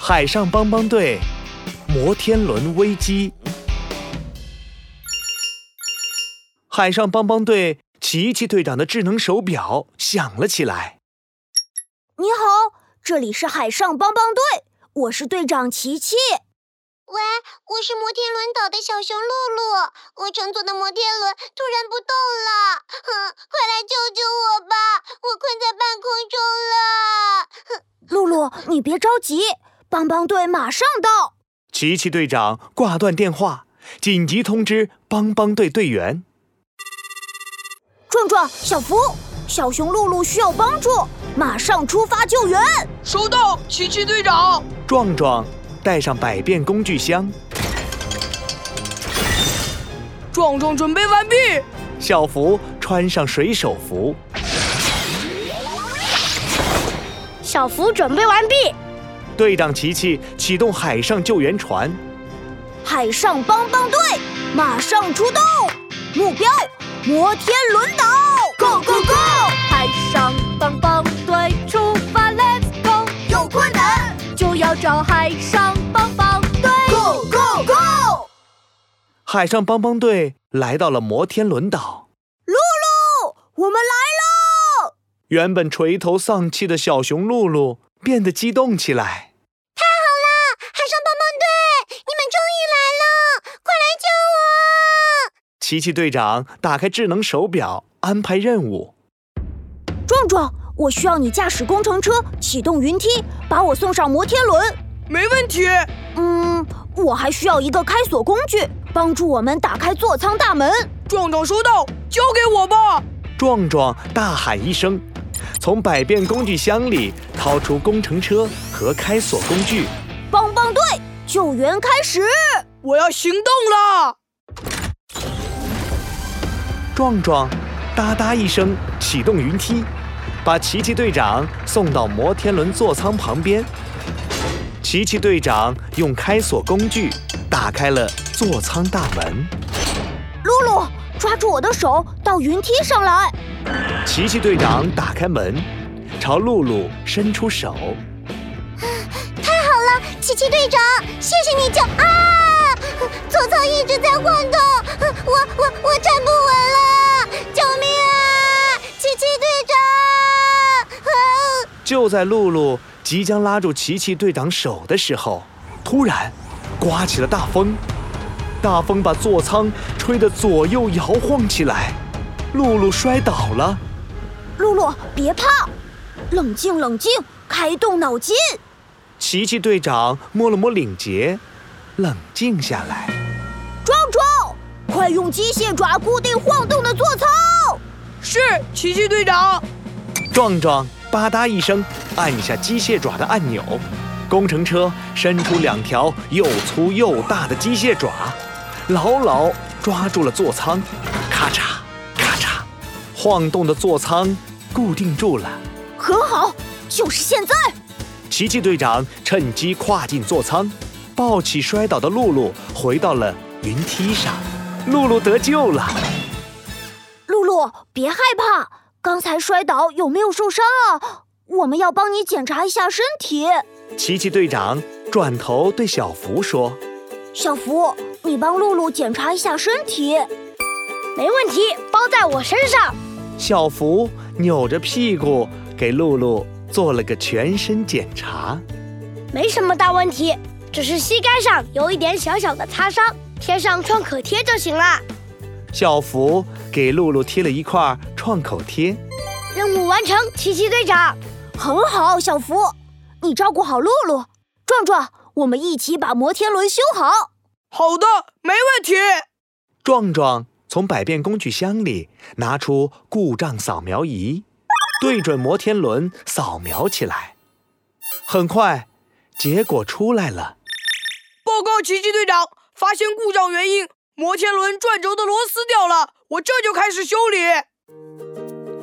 海上帮帮队，摩天轮危机。海上帮帮队奇奇队长的智能手表响了起来。你好，这里是海上帮帮队，我是队长琪琪。喂，我是摩天轮岛的小熊露露，我乘坐的摩天轮突然不动了，哼，快来救救我吧，我困在半空中了。哼露露，你别着急，帮帮队马上到。奇奇队长挂断电话，紧急通知帮帮队队员。壮壮、小福、小熊露露需要帮助，马上出发救援。收到，奇奇队长。壮壮带上百变工具箱，壮壮准备完毕。小福穿上水手服，小福准备完毕，队长琪琪启动海上救援船。海上帮帮队马上出动，目标摩天轮岛，Go Go Go！海上帮帮队出发，Let's go！有困难就要找海上帮帮队。 ，Go Go Go！海上帮帮队来到了摩天轮岛。我们来喽！原本垂头丧气的小熊露露变得激动起来。海上帮帮队，你们终于来了，快来救我！奇奇队长打开智能手表，安排任务。壮壮，我需要你驾驶工程车，启动云梯，把我送上摩天轮。没问题，嗯，我还需要一个开锁工具，帮助我们打开座舱大门。壮壮收到，交给我吧。壮壮大喊一声，从百变工具箱里掏出工程车和开锁工具。帮帮队，救援开始！我要行动了。壮壮哒哒一声启动云梯，把奇奇队长送到摩天轮座舱旁边。奇奇队长用开锁工具打开了座舱大门。露露，抓住我的手，到云梯上来。奇奇队长打开门，朝露露伸出手。太好了， 奇奇队长，谢谢你救啊！ 座舱一直在晃动，我我我站不稳了，救命啊！奇奇队长，啊、就在露露即将拉住奇奇队长手的时候，突然刮起了大风，大风把座舱吹得左右摇晃起来，露露摔倒了。露露，别怕，冷静冷静，开动脑筋。奇奇队长摸了摸领结，冷静下来。壮壮，快用机械爪固定晃动的座舱。是奇奇队长。壮壮吧嗒一声啊按一下机械爪的按钮，工程车伸出两条又粗又大的机械爪，牢牢抓住了座舱，咔嚓咔嚓，晃动的座舱固定住了。很好，就是现在。奇奇队长趁机跨进座舱，抱起摔倒的露露，回到了云梯上。露露得救了。露露，别害怕，刚才摔倒有没有受伤啊？我们要帮你检查一下身体。奇奇队长转头对小福说小福，你帮露露检查一下身体。没问题，包在我身上。：“小福扭着屁股给露露做了个全身检查。没什么大问题，只是膝盖上有一点小小的擦伤，贴上创可贴就行了。小福给露露贴了一块创口贴。任务完成，奇奇队长。很好，小福，你照顾好露露。壮壮，我们一起把摩天轮修好。好的，没问题。壮壮从百变工具箱里拿出故障扫描仪，对准摩天轮扫描起来。很快，结果出来了。报告奇奇队长，发现故障原因，摩天轮转轴的螺丝掉了，我这就开始修理。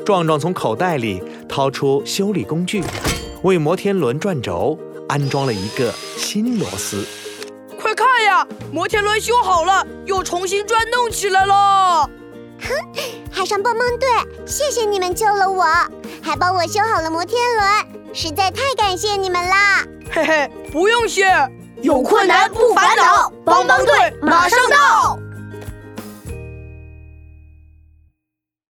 壮壮从口袋里掏出修理工具，为摩天轮转轴安装了一个新螺丝。快看呀，摩天轮修好了，又重新转动起来了。 海上帮帮队，谢谢你们救了我，还帮我修好了摩天轮，实在太感谢你们啦！嘿嘿，不用谢。有困难不烦恼帮帮队马上